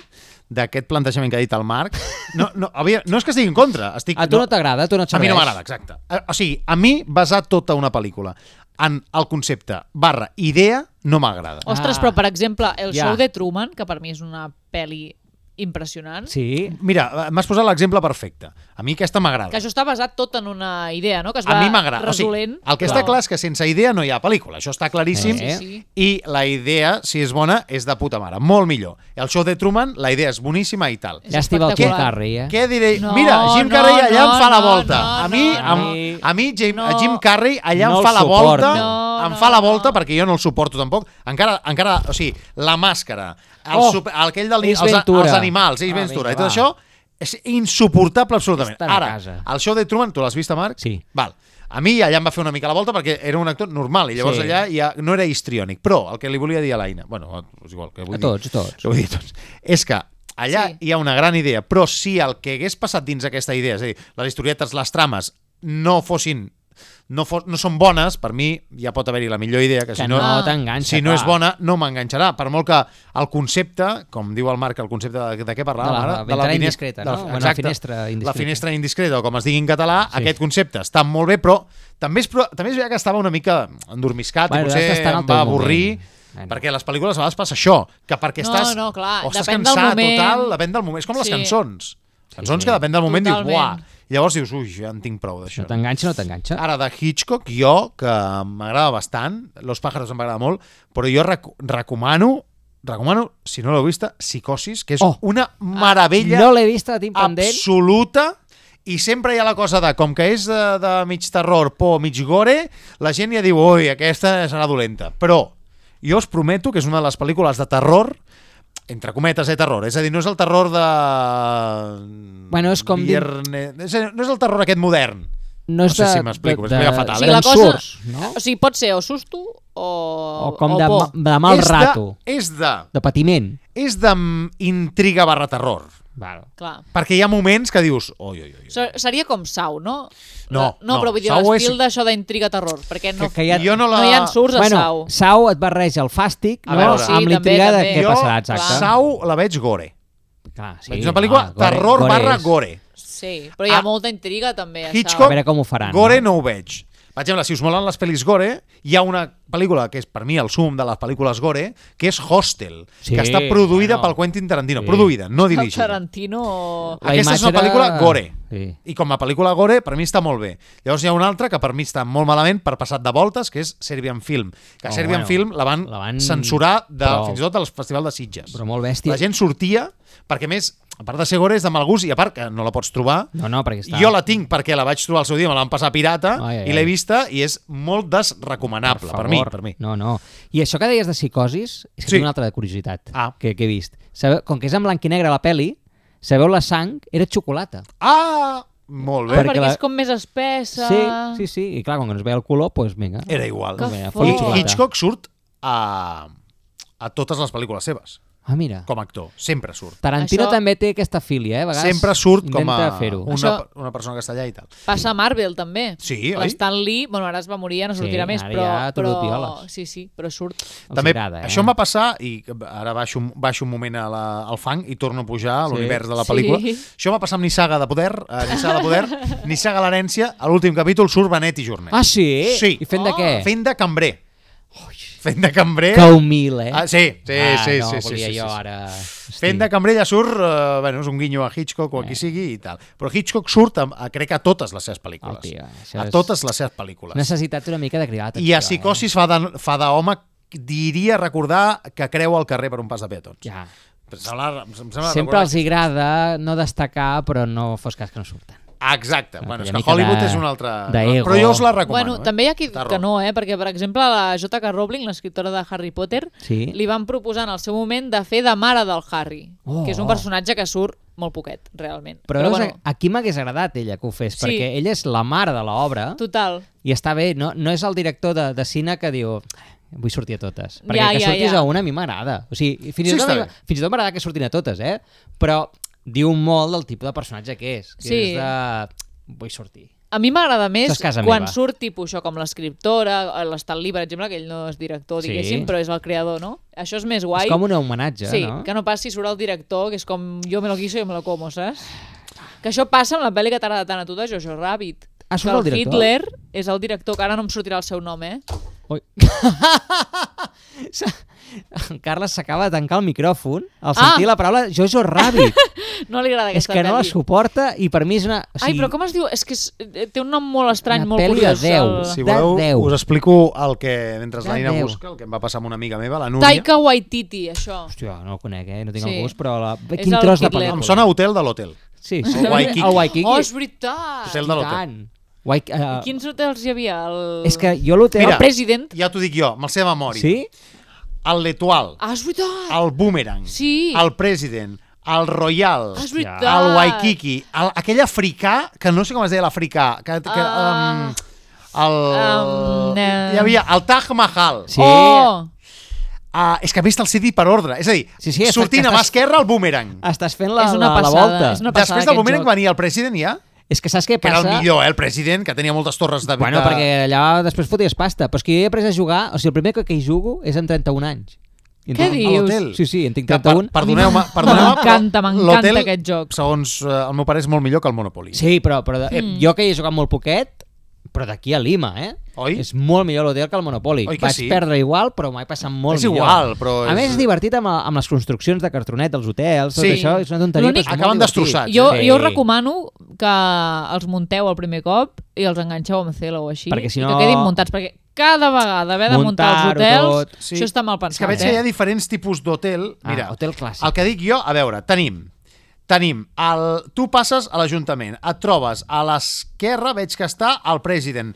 Speaker 1: d'aquest plantejament que ha dit el Marc. No, no, havia, no és que estigui en contra. Estic,
Speaker 2: A tu no t'agrada, a tu no et
Speaker 1: A mi no
Speaker 2: serveix.
Speaker 1: m'agrada, exacte. Eh, O sigui, a mi basar tota una pel·lícula en el concepte barra idea no m'agrada.
Speaker 3: Ostres,
Speaker 2: Ah.
Speaker 3: però per exemple, El
Speaker 2: Ja.
Speaker 3: show de Truman, que per mi és una pel·li impressionant,
Speaker 2: Sí,
Speaker 1: Mira, eh, m'has posat l'exemple perfecte. A mi aquesta
Speaker 3: que
Speaker 1: m'agrada.
Speaker 3: això està basat tot en una idea, no? Que es
Speaker 1: A
Speaker 3: va
Speaker 1: mi m'agrada. O sigui,
Speaker 3: resolent.
Speaker 1: el que està clar és que sense idea no hi ha pel·lícula. Això està claríssim.
Speaker 2: Eh.
Speaker 3: Sí, sí.
Speaker 1: I la idea, si és bona, és de puta mare. Molt millor. El show de Truman, la idea és boníssima i tal.
Speaker 3: És
Speaker 2: llàstima el Jim
Speaker 3: espectacular.
Speaker 2: Carrey, eh?
Speaker 1: Què diré?
Speaker 3: No,
Speaker 1: No, Mira, Jim
Speaker 3: no,
Speaker 1: Carrey allà
Speaker 3: no,
Speaker 1: em fa la
Speaker 3: no,
Speaker 1: volta.
Speaker 3: no,
Speaker 1: a mi,
Speaker 3: no,
Speaker 1: em-
Speaker 2: no.
Speaker 1: a mi Jim,
Speaker 3: No.
Speaker 1: Jim Carrey allà
Speaker 2: No
Speaker 1: em
Speaker 2: el
Speaker 1: fa la
Speaker 2: suporto.
Speaker 1: volta.
Speaker 3: No,
Speaker 1: em
Speaker 3: no,
Speaker 1: fa la
Speaker 3: no.
Speaker 1: volta perquè jo no el suporto tampoc. Encara, encara o sigui, la màscara, el
Speaker 2: Oh,
Speaker 1: super, aquell del,
Speaker 2: Ace
Speaker 1: els, a-
Speaker 2: Ventura.
Speaker 1: els animals, Ace
Speaker 2: Ah,
Speaker 1: Ventura i
Speaker 2: vinga,
Speaker 1: tot
Speaker 2: va.
Speaker 1: això, és insuportable absolutament.
Speaker 2: Estan a
Speaker 1: Ara,
Speaker 2: casa.
Speaker 1: el show de Truman, tu l'has vist, Marc?
Speaker 2: Sí.
Speaker 1: Val. A mi allà em va fer una mica la volta perquè era un actor normal i llavors
Speaker 2: Sí.
Speaker 1: sí. allà ja no era histriònic. Però el que li volia dir a l'Aina, bueno, és igual, que vull
Speaker 2: A tots,
Speaker 1: dir,
Speaker 2: a tots.
Speaker 1: que vull dir a tots, és que allà
Speaker 3: Sí.
Speaker 1: sí. hi ha una gran idea, però si el que hagués passat dins aquesta idea, és a dir, les historietes, les trames, no fossin no, fos, no són bones, per mi ja pot haver-hi la millor idea, que,
Speaker 2: que
Speaker 1: si no,
Speaker 2: no t'enganxa,
Speaker 1: si no és
Speaker 2: clar.
Speaker 1: bona no m'enganxarà, per molt que el concepte, com diu el Marc, el concepte de, de què
Speaker 2: De
Speaker 1: parlàvem
Speaker 2: la
Speaker 1: ara?
Speaker 2: ventana
Speaker 1: fines-
Speaker 2: indiscreta,
Speaker 1: de la-
Speaker 2: no? Bueno,
Speaker 1: exacte,
Speaker 2: finestra indiscreta.
Speaker 1: La finestra indiscreta, o com es digui en català, sí. aquest concepte està molt bé, però també és, pro- també és veritat que estava una mica endormiscat
Speaker 2: Bueno,
Speaker 1: i
Speaker 2: has
Speaker 1: potser
Speaker 2: d'estar en el
Speaker 1: em va
Speaker 2: teu moment.
Speaker 1: avorrir,
Speaker 2: Bueno.
Speaker 1: perquè a les pel·lícules a vegades passa això, que perquè
Speaker 3: No,
Speaker 1: estàs,
Speaker 3: no, clar,
Speaker 1: o estàs
Speaker 3: depèn del
Speaker 1: cansat
Speaker 3: moment.
Speaker 1: o tal, depèn del moment. És com
Speaker 3: Sí.
Speaker 1: les cançons. Cançons
Speaker 2: sí.
Speaker 1: que depèn del moment dius,
Speaker 3: Totalment.
Speaker 1: buah, i llavors dius, ui, ja en tinc prou
Speaker 2: No
Speaker 1: d'això.
Speaker 2: t'enganxa, no t'enganxa.
Speaker 1: Ara, de Hitchcock, jo, que m'agrada bastant, Los pájaros em va agradar molt, però jo rec recomano, recomano, si no l'heu vista, Psicosis, que és
Speaker 2: Oh. Ah,
Speaker 1: oh. una meravella
Speaker 2: No l'he vista, la tinc pendent.
Speaker 1: absoluta i sempre hi ha la cosa de, com que és de, de mig terror, por, mig gore, la gent ja diu, oi, aquesta serà dolenta. Però jo us prometo que és una de les pel·lícules de terror, entre cometes, eh, terror. És a dir, no és el terror de...
Speaker 2: Bueno, és com dir-
Speaker 1: Vierne... És a dir, No és el terror aquest modern.
Speaker 2: No,
Speaker 1: No
Speaker 2: és
Speaker 1: sé
Speaker 2: de,
Speaker 1: si m'explico, m'explica fatal, O
Speaker 2: de,
Speaker 3: O sigui,
Speaker 1: eh?
Speaker 3: la cosa...
Speaker 2: surts, no?
Speaker 3: O sigui, pot ser o susto o,
Speaker 2: O com
Speaker 3: o
Speaker 2: de,
Speaker 3: por.
Speaker 2: ma- de mal
Speaker 1: és
Speaker 2: rato, de...
Speaker 1: De, és de...
Speaker 2: patiment.
Speaker 1: És de mm, intriga barra terror.
Speaker 2: Val.
Speaker 3: Clar.
Speaker 1: Perquè hi ha moments que dius... Oi, oi, oi.
Speaker 3: So- Seria com Sau, no? Eh,
Speaker 1: No,
Speaker 3: no,
Speaker 1: no,
Speaker 3: però vull dir,
Speaker 1: Sau
Speaker 3: l'estil
Speaker 1: és-
Speaker 3: d'això d'intriga-terror, perquè no,
Speaker 2: Que- que hi ha-
Speaker 1: Jo no la...
Speaker 3: no hi ha surts a
Speaker 2: bueno,
Speaker 3: Sau.
Speaker 2: Sau et barreja el fàstic
Speaker 1: A
Speaker 2: no?
Speaker 1: veure, sí,
Speaker 2: amb
Speaker 3: també,
Speaker 2: l'intriga de
Speaker 3: també.
Speaker 2: què
Speaker 1: jo,
Speaker 2: passarà, exacte.
Speaker 1: Sau la veig gore.
Speaker 2: Clar,
Speaker 1: Sí, veig una pel·lícula
Speaker 2: gore-
Speaker 1: terror
Speaker 2: gore
Speaker 1: barra
Speaker 2: és.
Speaker 1: gore.
Speaker 3: Sí, però hi ha
Speaker 1: Ah.
Speaker 3: molta intriga també a Sau.
Speaker 2: A
Speaker 1: Hitchcock-
Speaker 2: veure com ho faran.
Speaker 1: Gore no ho veig. Per exemple, si us molen les pel·lis gore, hi ha una pel·lícula que és per mi el sum de les pel·lícules gore, que és Hostel,
Speaker 2: Sí,
Speaker 1: que està produïda
Speaker 2: bueno.
Speaker 1: pel Quentin Tarantino.
Speaker 2: Sí.
Speaker 1: Produïda, no
Speaker 3: El
Speaker 1: dirigida.
Speaker 3: Tarantino...
Speaker 2: La
Speaker 1: Aquesta és
Speaker 2: imatge
Speaker 1: una pel·lícula
Speaker 2: era-
Speaker 1: gore.
Speaker 2: Sí.
Speaker 1: I com a pel·lícula gore, per mi està molt bé. Llavors hi ha una altra que per mi està molt malament per passat de voltes, que és Serbian Film. Que
Speaker 2: Oh,
Speaker 1: oh, Serbian
Speaker 2: bueno.
Speaker 1: bueno, Film la van,
Speaker 2: La van-
Speaker 1: censurar de,
Speaker 2: però-
Speaker 1: fins i tot al Festival de Sitges.
Speaker 2: Però molt
Speaker 1: La
Speaker 2: bèstia.
Speaker 1: gent sortia, perquè a més, a part de ser gore, és de mal gust, i a part que no la pots trobar,
Speaker 2: No, no, perquè està...
Speaker 1: Jo la tinc perquè la vaig trobar el seu dia, me la van passar pirata
Speaker 2: Ai, ai,
Speaker 1: i l'he
Speaker 2: ai.
Speaker 1: vista i és molt desrecomanable per, mi,
Speaker 2: favor.
Speaker 1: per mi.
Speaker 2: No, no. I això que deies de psicosis, és que
Speaker 1: Sí.
Speaker 2: tinc una altra de curiositat
Speaker 1: Ah.
Speaker 2: que, que he vist. Sabeu, com que és en blanc i negre la peli, sabeu la sang era xocolata.
Speaker 1: Ah, molt
Speaker 3: Ah,
Speaker 1: bé.
Speaker 2: Per-
Speaker 3: perquè
Speaker 2: la-
Speaker 3: és com més espessa...
Speaker 2: Sí, sí, sí. I clar, com que no es veia el color, doncs vinga.
Speaker 1: Era igual.
Speaker 3: Que
Speaker 2: Vinga,
Speaker 3: fort.
Speaker 1: I
Speaker 2: fot xocolata.
Speaker 1: Hitchcock surt a, a totes les pel·lícules seves,
Speaker 2: Ah, mira.
Speaker 1: com a actor. Sempre surt.
Speaker 2: Tarantino
Speaker 3: Això-
Speaker 2: també té aquesta filia, eh? A vegades
Speaker 1: Sempre surt com a
Speaker 2: Intenta fer-ho.
Speaker 1: una,
Speaker 3: Això-
Speaker 1: una persona que està allà i tal.
Speaker 3: Passa a Marvel, també.
Speaker 1: Sí, oi?
Speaker 3: L'Stan Lee, bueno, ara es va morir, ja no
Speaker 2: Sí,
Speaker 3: sortirà més,
Speaker 2: ara
Speaker 3: però...
Speaker 2: ja tot
Speaker 3: però...
Speaker 2: violes.
Speaker 3: Sí, sí, però surt.
Speaker 2: Els
Speaker 1: També,
Speaker 2: agrada, eh?
Speaker 1: Això em va passar, i ara baixo, baixo un moment a la, al fang i torno a pujar a
Speaker 2: Sí.
Speaker 1: l'univers de la
Speaker 3: Sí.
Speaker 1: pel·lícula. Això em va passar amb Nissaga de Poder, eh, Nissaga de
Speaker 2: (laughs)
Speaker 1: Poder, Nissaga a l'herència, a l'últim capítol surt Benet i Jornet.
Speaker 2: Ah, sí?
Speaker 1: Sí.
Speaker 2: I fent de
Speaker 3: Oh.
Speaker 2: què?
Speaker 1: Fent de cambrer. Fent de cambrer...
Speaker 2: Que humil, eh?
Speaker 1: Ah, sí, sí,
Speaker 2: ah,
Speaker 1: sí,
Speaker 2: no,
Speaker 1: sí, sí,
Speaker 2: volia
Speaker 1: sí, sí,
Speaker 2: jo
Speaker 1: sí.
Speaker 2: ara...
Speaker 1: Fent de cambrer ja surt, eh, bueno, és un guinyo a Hitchcock o a
Speaker 2: Eh.
Speaker 1: qui sigui i tal. Però Hitchcock surt, a, a, crec, a totes les seves pel·lícules.
Speaker 2: El tio, això
Speaker 1: a
Speaker 2: és-
Speaker 1: totes les seves pel·lícules.
Speaker 2: Necessitats una mica de eh? cridar l'atenció.
Speaker 1: I a Psicosis fa de- fa d'home, diria recordar que creu al carrer per un pas de peatons.
Speaker 2: Eh? Ja.
Speaker 1: Em sembla- em sembla
Speaker 2: Sempre
Speaker 1: recordar-
Speaker 2: els hi agrada no destacar, però no fos cas que no surten.
Speaker 1: Exacte.
Speaker 2: Una
Speaker 1: Bueno, és
Speaker 2: mica
Speaker 1: que Hollywood
Speaker 2: de-
Speaker 1: és una altra...
Speaker 2: d'ego.
Speaker 1: Però jo us la recomano.
Speaker 3: bueno,
Speaker 1: eh?
Speaker 3: també hi ha qui
Speaker 1: Terror.
Speaker 3: que no, eh? Perquè, per exemple, la J.K. Rowling, l'escriptora de Harry Potter,
Speaker 2: Sí.
Speaker 3: li van proposar en el seu moment de fer de mare del Harry,
Speaker 2: Oh.
Speaker 3: que és un personatge que surt molt poquet, realment.
Speaker 2: Però, però bueno,
Speaker 3: bueno,
Speaker 2: aquí m'hagués agradat ella que ho fes,
Speaker 3: Sí.
Speaker 2: perquè ella és la mare de l'obra
Speaker 3: total.
Speaker 2: i està bé, no, no és el director de, de cine que diu vull sortir a totes. Perquè
Speaker 3: Ja,
Speaker 2: que
Speaker 3: ja,
Speaker 2: surtis
Speaker 3: ja.
Speaker 2: a una a mi m'agrada. O sigui, fins,
Speaker 1: Sí,
Speaker 2: i tot
Speaker 1: està
Speaker 2: a mi-
Speaker 1: bé.
Speaker 2: fins i tot m'agrada que surtin a totes, eh? Però diu molt del tipus de personatge que és. Que
Speaker 3: Sí.
Speaker 2: és de... Vull sortir.
Speaker 3: A mi m'agrada
Speaker 2: Això
Speaker 3: més
Speaker 2: és casa
Speaker 3: quan
Speaker 2: meva.
Speaker 3: surt tipus això, com l'escriptora, eh, l'Stan Lee, per exemple, que ell no és director,
Speaker 2: Sí.
Speaker 3: diguéssim, però és el creador, no? Això és més guai.
Speaker 2: És com un homenatge,
Speaker 3: sí,
Speaker 2: no?
Speaker 3: que no passi sobre el director, que és com jo me lo quiso, jo me lo como, saps? Que això passa amb la pel·li que t'agrada tant a tu de Jojo Rabbit.
Speaker 2: Ah,
Speaker 3: que
Speaker 2: surt el director?
Speaker 3: Hitler és el director, que ara no em sortirà el seu nom, eh?
Speaker 2: Ui. (laughs) en Carles s'acaba de tancar el micròfon al
Speaker 3: Ah!
Speaker 2: sentir la paraula Jojo
Speaker 3: (laughs)
Speaker 2: Rabbit.
Speaker 3: No li agrada
Speaker 2: és
Speaker 3: aquesta
Speaker 2: que no la
Speaker 3: pel·li.
Speaker 2: suporta i per mi és una... O
Speaker 3: Ai, però com es diu? És que és, eh, té un nom molt estrany,
Speaker 2: Una
Speaker 3: molt
Speaker 2: pel·li de
Speaker 3: curiós.
Speaker 2: déu.
Speaker 1: Si
Speaker 2: de
Speaker 1: voleu,
Speaker 2: Déu.
Speaker 1: us explico el que, mentre
Speaker 2: De
Speaker 1: la Nina
Speaker 2: Déu.
Speaker 1: busca, el que em va passar amb una amiga meva, la Núria.
Speaker 3: Taika Waititi, això.
Speaker 2: Hòstia, no el conec, eh? No tinc
Speaker 3: Sí.
Speaker 2: el gust, però... La...
Speaker 3: És
Speaker 2: Quin
Speaker 3: el
Speaker 2: tros de
Speaker 3: Hitler.
Speaker 2: pel·lícula.
Speaker 1: Em sona a hotel de l'hotel.
Speaker 2: Sí, sí.
Speaker 1: El Waikiki.
Speaker 2: El Waikiki.
Speaker 3: Oh, és veritat!
Speaker 1: Hotel de
Speaker 2: I
Speaker 1: l'hotel.
Speaker 2: tant. Waik... eh,
Speaker 3: Quins hotels hi havia? El...
Speaker 2: És que jo l'hotel...
Speaker 1: Mira.
Speaker 3: El president?
Speaker 1: Ja t'ho dic jo, amb la seva memòria.
Speaker 2: Sí?
Speaker 1: El Letual,
Speaker 3: Ah, és veritat!
Speaker 1: el Boomerang,
Speaker 3: Sí.
Speaker 1: el President, el Royal,
Speaker 3: Ah, és veritat.
Speaker 1: el Waikiki, el, aquell africà, que no sé com es deia l'africà, que, que um,
Speaker 3: Ah.
Speaker 1: el,
Speaker 3: Um, eh.
Speaker 1: hi havia el Taj Mahal.
Speaker 2: Sí.
Speaker 3: Oh!
Speaker 1: Ah, és que vist el CD per ordre. És a dir,
Speaker 2: Sí, sí, està-
Speaker 1: sortint a mà
Speaker 2: estàs- Ah,
Speaker 1: esquerra el Boomerang.
Speaker 2: Estàs fent la,
Speaker 3: És una
Speaker 2: la, la
Speaker 3: passada,
Speaker 2: volta.
Speaker 3: és una- passada,
Speaker 1: Després del
Speaker 3: aquest
Speaker 1: Boomerang
Speaker 3: joc.
Speaker 1: venia el President ja,
Speaker 2: és que saps què
Speaker 1: que era el
Speaker 2: passa?
Speaker 1: millor, eh, el President, que tenia moltes torres de...
Speaker 2: Bueno,
Speaker 1: de-
Speaker 2: perquè allà després foties pasta. Però és que jo he après a jugar... O sigui, el primer que, que hi jugo és amb 31 anys. I en
Speaker 3: Què
Speaker 2: tinc-
Speaker 1: A
Speaker 3: dius?
Speaker 1: l'hotel.
Speaker 2: Sí, sí, en tinc
Speaker 1: Que, per-
Speaker 2: 31.
Speaker 1: Perdoneu-me,
Speaker 2: (laughs)
Speaker 1: perdoneu
Speaker 3: M'encanta, m'encanta aquest joc.
Speaker 1: Segons eh, el meu pare és molt millor que el Monopoly.
Speaker 2: Sí, però, però de, eh,
Speaker 3: Mm.
Speaker 2: jo que hi he jugat molt poquet, però d'aquí a Lima, eh?
Speaker 1: Oi?
Speaker 2: És molt millor l'hotel que el Monopoly.
Speaker 1: Oi que
Speaker 2: Vaig
Speaker 1: sí?
Speaker 2: perdre igual, però m'ho he passat molt
Speaker 1: És
Speaker 2: millor.
Speaker 1: igual, però
Speaker 2: A
Speaker 1: és-
Speaker 2: més, és divertit amb, amb les construccions de cartonet dels hotels, tot
Speaker 1: Sí.
Speaker 2: això, és una tonteria,
Speaker 3: L'únic-
Speaker 2: però és molt
Speaker 1: Acaben
Speaker 2: divertit.
Speaker 1: destrossats, eh?
Speaker 3: Jo,
Speaker 2: Sí.
Speaker 3: jo us recomano que els munteu el primer cop i els enganxeu amb cel o així
Speaker 2: Perquè si
Speaker 3: i
Speaker 2: no-
Speaker 3: que quedin muntats, perquè cada vegada haver de muntar els
Speaker 2: Muntar-ho
Speaker 3: hotels,
Speaker 2: tot.
Speaker 3: això està mal
Speaker 1: És que
Speaker 3: pensat.
Speaker 1: veig que hi ha
Speaker 3: eh?
Speaker 1: diferents tipus d'hotel.
Speaker 2: Ah,
Speaker 1: Mira,
Speaker 2: hotel clàssic.
Speaker 1: El que dic jo, a veure, tenim Tenim, el, tu passes a l'Ajuntament, et trobes a l'esquerra, veig que està el president,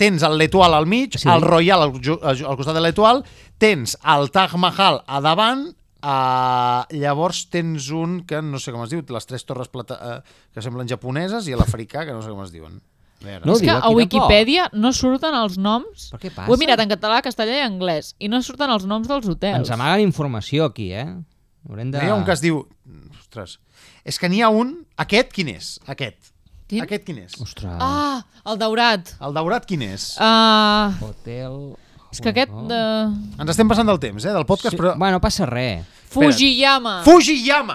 Speaker 1: tens el Letual al mig,
Speaker 2: Sí.
Speaker 1: sí. el Royal al, ju- al costat de Letual, tens el Taj Mahal a davant, Uh, llavors tens eh, un que no sé com es diu, les tres torres plata, uh, que semblen japoneses i l'africà que no sé com es diuen. veure.
Speaker 2: No ho
Speaker 3: És
Speaker 2: diu aquí
Speaker 3: que a
Speaker 2: tampoc.
Speaker 3: Wikipedia no surten els noms.
Speaker 2: Però què passa?
Speaker 3: Ho he mirat en català, castellà i anglès i no surten els noms dels hotels.
Speaker 2: Ens amaguen informació aquí, eh? Haurem de...
Speaker 1: N'hi ha un que es diu... Ostres. És que n'hi ha un... Aquest quin és? Aquest.
Speaker 3: Quin?
Speaker 1: Aquest quin és?
Speaker 2: Ostres.
Speaker 3: Ah, el daurat.
Speaker 1: El daurat quin és?
Speaker 3: Ah,
Speaker 2: Hotel...
Speaker 3: és que aquest...
Speaker 1: Ah.
Speaker 3: De...
Speaker 1: Ens estem passant del temps, eh, del podcast,
Speaker 2: Sí,
Speaker 1: però...
Speaker 2: Bueno, passa res.
Speaker 3: Fujiyama.
Speaker 1: Fujiyama!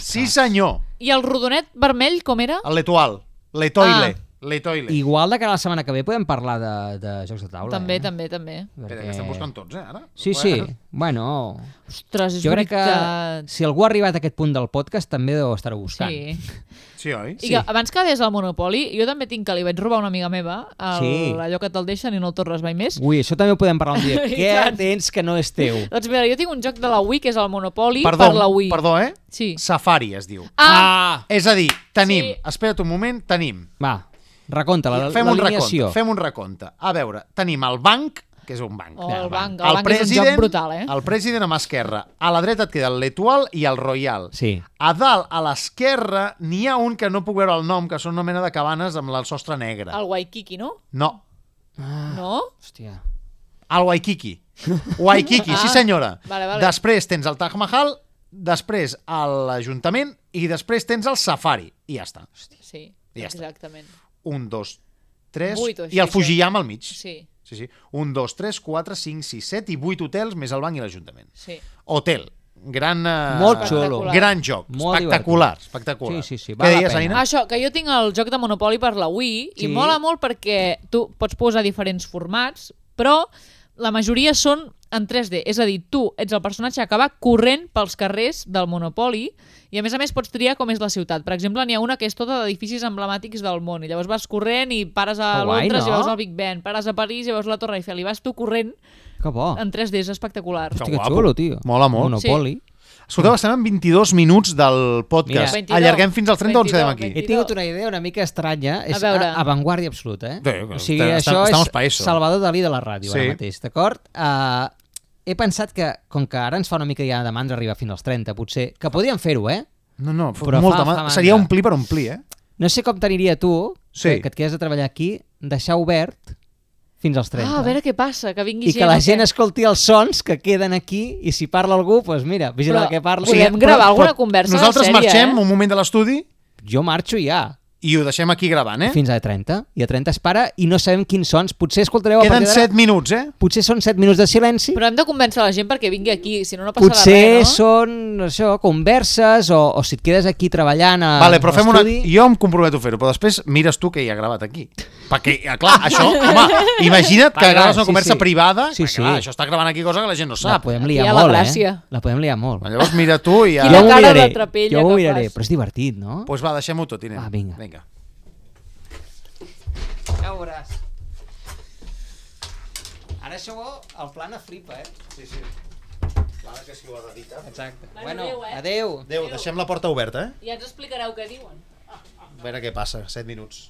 Speaker 1: Sí, senyor!
Speaker 3: I el rodonet vermell, com era?
Speaker 1: El Letoal. Letoile.
Speaker 3: Ah.
Speaker 1: Letoile.
Speaker 2: Igual de cara a la setmana que ve podem parlar de, de jocs de taula.
Speaker 3: També,
Speaker 2: eh?
Speaker 3: també, també.
Speaker 1: Espera, que estem buscant tots, eh, ara?
Speaker 2: Sí, sí. Bueno,
Speaker 3: Ostres, és
Speaker 2: jo crec que
Speaker 3: veritat.
Speaker 2: si algú ha arribat a aquest punt del podcast també deu estar-ho buscant.
Speaker 3: Sí.
Speaker 1: Sí, oi?
Speaker 3: I que abans que des del Monopoli, jo també tinc que li vaig robar a una amiga meva el,
Speaker 2: Sí.
Speaker 3: allò que te'l deixen i no el tornes mai més.
Speaker 2: Ui, això també ho podem parlar un dia.
Speaker 3: (laughs) I
Speaker 2: Què
Speaker 3: tant.
Speaker 2: tens que no és teu?
Speaker 3: Doncs mira, jo tinc un joc de la Wii, que és el Monopoli,
Speaker 1: Perdó,
Speaker 3: per la Wii.
Speaker 1: perdó, eh?
Speaker 3: Sí.
Speaker 1: Safari es diu.
Speaker 3: Ah,
Speaker 1: És a dir, tenim...
Speaker 3: Sí.
Speaker 1: Espera't un moment, tenim...
Speaker 2: Va, recompte la,
Speaker 1: Fem un
Speaker 2: l'alineació.
Speaker 1: recompte. Fem un recompte. A veure, tenim el banc, que és un banc.
Speaker 3: Oh, el banc.
Speaker 1: El
Speaker 3: El banc és un joc
Speaker 1: president-
Speaker 3: brutal, eh?
Speaker 1: El president a mà esquerra. A la dreta et queda el Letoal i el Royal.
Speaker 2: Sí.
Speaker 1: A dalt, a l'esquerra, n'hi ha un que no puc veure el nom, que són una mena de cabanes amb el sostre negre.
Speaker 3: El Waikiki, no?
Speaker 1: No, Ah.
Speaker 3: No?
Speaker 2: Hòstia.
Speaker 1: el Waikiki. Waikiki, sí
Speaker 3: Ah,
Speaker 1: senyora.
Speaker 3: vale, vale.
Speaker 1: Després tens el Taj Mahal, després a l'Ajuntament i després tens el Safari. I ja està.
Speaker 3: Sí,
Speaker 1: I ja està.
Speaker 3: exactament.
Speaker 1: Un, dos, tres...
Speaker 3: Vuit o així,
Speaker 1: I el
Speaker 3: això.
Speaker 1: Fujiyama al mig.
Speaker 3: Sí,
Speaker 1: Sí, sí. Un, dos, tres, quatre, cinc, sis, set i vuit hotels més el banc i l'Ajuntament.
Speaker 3: sí.
Speaker 1: Hotel. Gran... Eh,
Speaker 2: Molt xulo.
Speaker 1: Gran joc.
Speaker 2: Molt
Speaker 1: espectacular, espectacular.
Speaker 2: Sí, sí, sí, val
Speaker 1: Què
Speaker 2: la
Speaker 1: deies,
Speaker 2: pena.
Speaker 1: Aina?
Speaker 3: Això, que jo tinc el joc de Monopoli per la
Speaker 2: Eh?
Speaker 3: Wii
Speaker 2: Sí.
Speaker 3: i mola molt perquè tu pots posar diferents formats, però la majoria són en 3D, és a dir, tu ets el personatge que va corrent pels carrers del Monopoli i a més a més pots triar com és la ciutat. Per exemple, n'hi ha una que és tota d'edificis emblemàtics del món i llavors vas corrent i pares a
Speaker 2: Que Oh, guai,
Speaker 3: Londres
Speaker 2: no?
Speaker 3: i veus el Big Ben, pares a París i veus la Torre Eiffel i vas tu corrent
Speaker 2: Que bo.
Speaker 3: en 3D, és espectacular. Ah,
Speaker 1: Que
Speaker 2: Hòstia, que
Speaker 1: guapo.
Speaker 2: xulo, tio.
Speaker 1: Mola molt.
Speaker 2: Monopoli.
Speaker 1: Escolteu, estem en 22 minuts del podcast.
Speaker 2: Mira.
Speaker 1: Allarguem fins al 30 o ens quedem
Speaker 3: 22,
Speaker 1: aquí.
Speaker 2: He tingut una idea una mica estranya. És
Speaker 3: veure.
Speaker 2: a- avantguàrdia absoluta, eh?
Speaker 1: Bé,
Speaker 2: o sigui,
Speaker 1: estem-
Speaker 2: això
Speaker 1: estamos
Speaker 2: és
Speaker 1: pa eso.
Speaker 2: Salvador Dalí de la ràdio,
Speaker 1: Sí.
Speaker 2: ara mateix, d'acord? Uh, he pensat que, com que ara ens fa una mica ja de mandra arribar fins als 30, potser, que podíem fer-ho, eh?
Speaker 1: No, no,
Speaker 2: Però
Speaker 1: Però molta
Speaker 2: fa-
Speaker 1: mà.
Speaker 2: fa mandra.
Speaker 1: Seria omplir per omplir, eh?
Speaker 2: No sé com t'aniria a tu,
Speaker 1: Sí.
Speaker 2: que, que et quedes a treballar aquí, deixar obert fins als 30.
Speaker 3: Ah, a veure eh? què passa, que vingui
Speaker 2: i que la gent escolti els sons que queden aquí i si parla algú, doncs mira, vigila
Speaker 3: Però
Speaker 2: que parla.
Speaker 3: podem
Speaker 2: Però-
Speaker 3: gravar alguna
Speaker 1: però
Speaker 3: conversa
Speaker 1: Nosaltres
Speaker 3: sèria,
Speaker 1: marxem
Speaker 3: eh?
Speaker 1: un moment de l'estudi
Speaker 2: Jo marxo ja.
Speaker 1: i ho deixem aquí gravant, eh?
Speaker 2: fins a 30 i a 30 es para i no sabem quins sons potser escoltareu a
Speaker 1: Queden
Speaker 2: partir d'ara
Speaker 1: 7 minuts, eh?
Speaker 2: potser són 7 minuts de silenci
Speaker 3: Però hem de convèncer la gent perquè vingui aquí, si no no passarà
Speaker 2: potser
Speaker 3: res, no?
Speaker 2: són això, converses o, o si et quedes aquí treballant a
Speaker 1: Vale, però
Speaker 2: a
Speaker 1: fem una...
Speaker 2: Ah, l'estudi.
Speaker 1: Jo em comprometo a fer-ho, però després mires tu que hi ha gravat aquí. Perquè, ah, clar,
Speaker 3: (laughs)
Speaker 1: això, home, imagina't que
Speaker 2: Vale,
Speaker 1: graves una
Speaker 2: sí,
Speaker 1: conversa
Speaker 2: sí.
Speaker 1: privada,
Speaker 2: Sí,
Speaker 1: clar,
Speaker 2: sí.
Speaker 1: clar, això està gravant aquí cosa que la gent no
Speaker 2: la
Speaker 1: sap.
Speaker 2: podem
Speaker 3: Aquí hi
Speaker 2: liar
Speaker 3: ha la
Speaker 2: molt, eh?
Speaker 3: gràcia.
Speaker 2: la podem liar molt
Speaker 1: Llavors mira tu i ja...
Speaker 3: I
Speaker 2: jo
Speaker 3: la
Speaker 2: ho
Speaker 3: cara
Speaker 2: miraré,
Speaker 3: de trapella
Speaker 2: jo ho
Speaker 3: que
Speaker 2: miraré
Speaker 3: fas.
Speaker 2: però és divertit, no?
Speaker 1: Doncs va, deixem-ho tot, i anem.
Speaker 2: Va, Ah, vinga.
Speaker 1: vinga.
Speaker 2: Ja ho veuràs ara això el plana flipa, eh?
Speaker 1: Sí, sí. Clar, que si ho has editat.
Speaker 2: exacte
Speaker 3: Bueno, adéu, eh?
Speaker 2: adeu
Speaker 1: Déu, deixem la porta oberta, eh?
Speaker 3: Ja ens explicareu què diuen.
Speaker 1: A veure què passa, 7 minuts.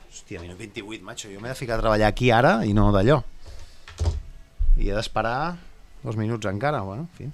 Speaker 1: Hòstia, minut 28, macho. Jo m'he de ficar a treballar aquí ara i no d'allò. I he d'esperar dos minuts encara, bueno, en fi.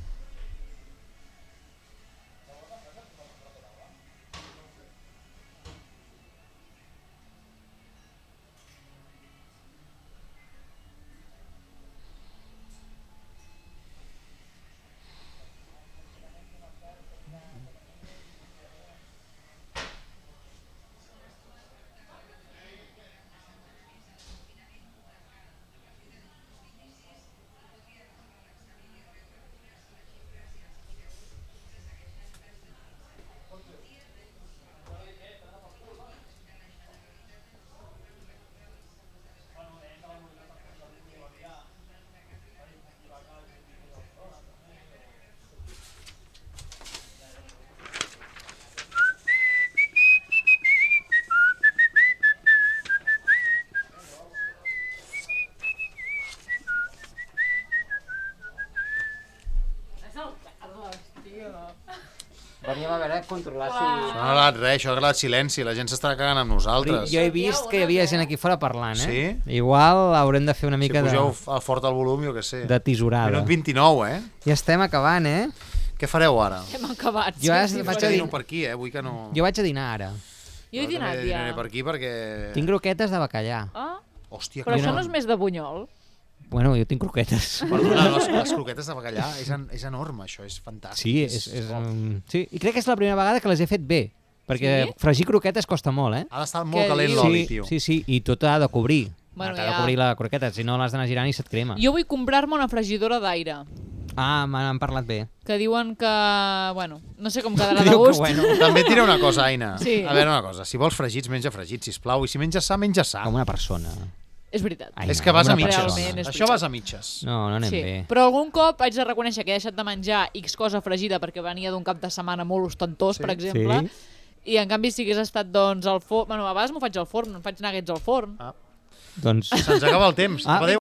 Speaker 2: Veníem a veure controlar si...
Speaker 1: No ha agradat res, això ha agradat silenci. La gent s'estarà cagant amb nosaltres.
Speaker 2: Jo he vist que hi havia gent aquí fora parlant, eh?
Speaker 1: Sí?
Speaker 2: Igual haurem de fer una
Speaker 1: Si
Speaker 2: mica
Speaker 1: pugeu
Speaker 2: de,
Speaker 1: a fort el volum, jo què sé.
Speaker 2: de tisorada.
Speaker 1: Minut 29, eh?
Speaker 2: Ja estem acabant, eh?
Speaker 1: Què fareu ara?
Speaker 3: Hem acabat.
Speaker 2: Jo ara vaig
Speaker 1: Vaig
Speaker 2: a
Speaker 1: a
Speaker 2: dir-
Speaker 1: dino per aquí, eh? Vull que no...
Speaker 2: Jo vaig a dinar ara.
Speaker 3: Jo he
Speaker 1: també
Speaker 3: dinat ja.
Speaker 1: dinaré per aquí perquè...
Speaker 2: Tinc croquetes de bacallà.
Speaker 3: Ah,
Speaker 1: Hòstia,
Speaker 3: però
Speaker 1: que
Speaker 3: això
Speaker 1: no-
Speaker 3: no és més de bunyol.
Speaker 2: Bueno, jo tinc croquetes.
Speaker 1: Perdona, les, les croquetes de bacallà és, en, és enorme, això, és fantàstic.
Speaker 2: Sí, és, és, um, sí, i crec que és la primera vegada que les he fet bé, perquè
Speaker 3: Sí?
Speaker 2: fregir croquetes costa molt, eh?
Speaker 1: Ha d'estar molt
Speaker 3: Què
Speaker 1: calent
Speaker 3: dius?
Speaker 1: l'oli,
Speaker 2: sí,
Speaker 1: tio.
Speaker 2: sí, sí, i tot ha de cobrir.
Speaker 3: Bueno,
Speaker 2: Bueno, T'ha de
Speaker 3: ja.
Speaker 2: cobrir la croqueta, si no l'has d'anar girant i se't
Speaker 1: Ah.
Speaker 2: crema.
Speaker 3: Jo vull comprar-me una fregidora d'aire,
Speaker 2: Ah, m'han parlat bé.
Speaker 3: que diuen que... Bueno, no sé
Speaker 2: (laughs)
Speaker 3: com quedarà
Speaker 2: Que
Speaker 3: de
Speaker 2: diu que
Speaker 3: gust.
Speaker 2: bueno.
Speaker 1: També et diré una cosa, Aina.
Speaker 3: Sí.
Speaker 1: A veure, una cosa. Si vols fregits, menja fregits, sisplau. I si menges sa, menja sa.
Speaker 2: Com una persona.
Speaker 3: És veritat.
Speaker 2: Ai,
Speaker 1: és que vas a
Speaker 2: Una
Speaker 1: mitges.
Speaker 2: persona.
Speaker 3: Realment, és
Speaker 1: Això
Speaker 3: veritat.
Speaker 1: vas a mitges.
Speaker 2: No, no anem
Speaker 3: Sí,
Speaker 2: bé.
Speaker 3: però algun cop haig de reconèixer que he deixat de menjar X cosa fregida perquè venia d'un cap de setmana molt ostentós, sí. per exemple,
Speaker 2: Sí.
Speaker 3: i en canvi si hagués estat doncs al forn... Bueno, a vegades m'ho faig al forn, no em faig nuggets al forn.
Speaker 1: Ah,
Speaker 2: Doncs
Speaker 1: Se'ns acaba el temps.
Speaker 2: Ah.
Speaker 1: Adéu.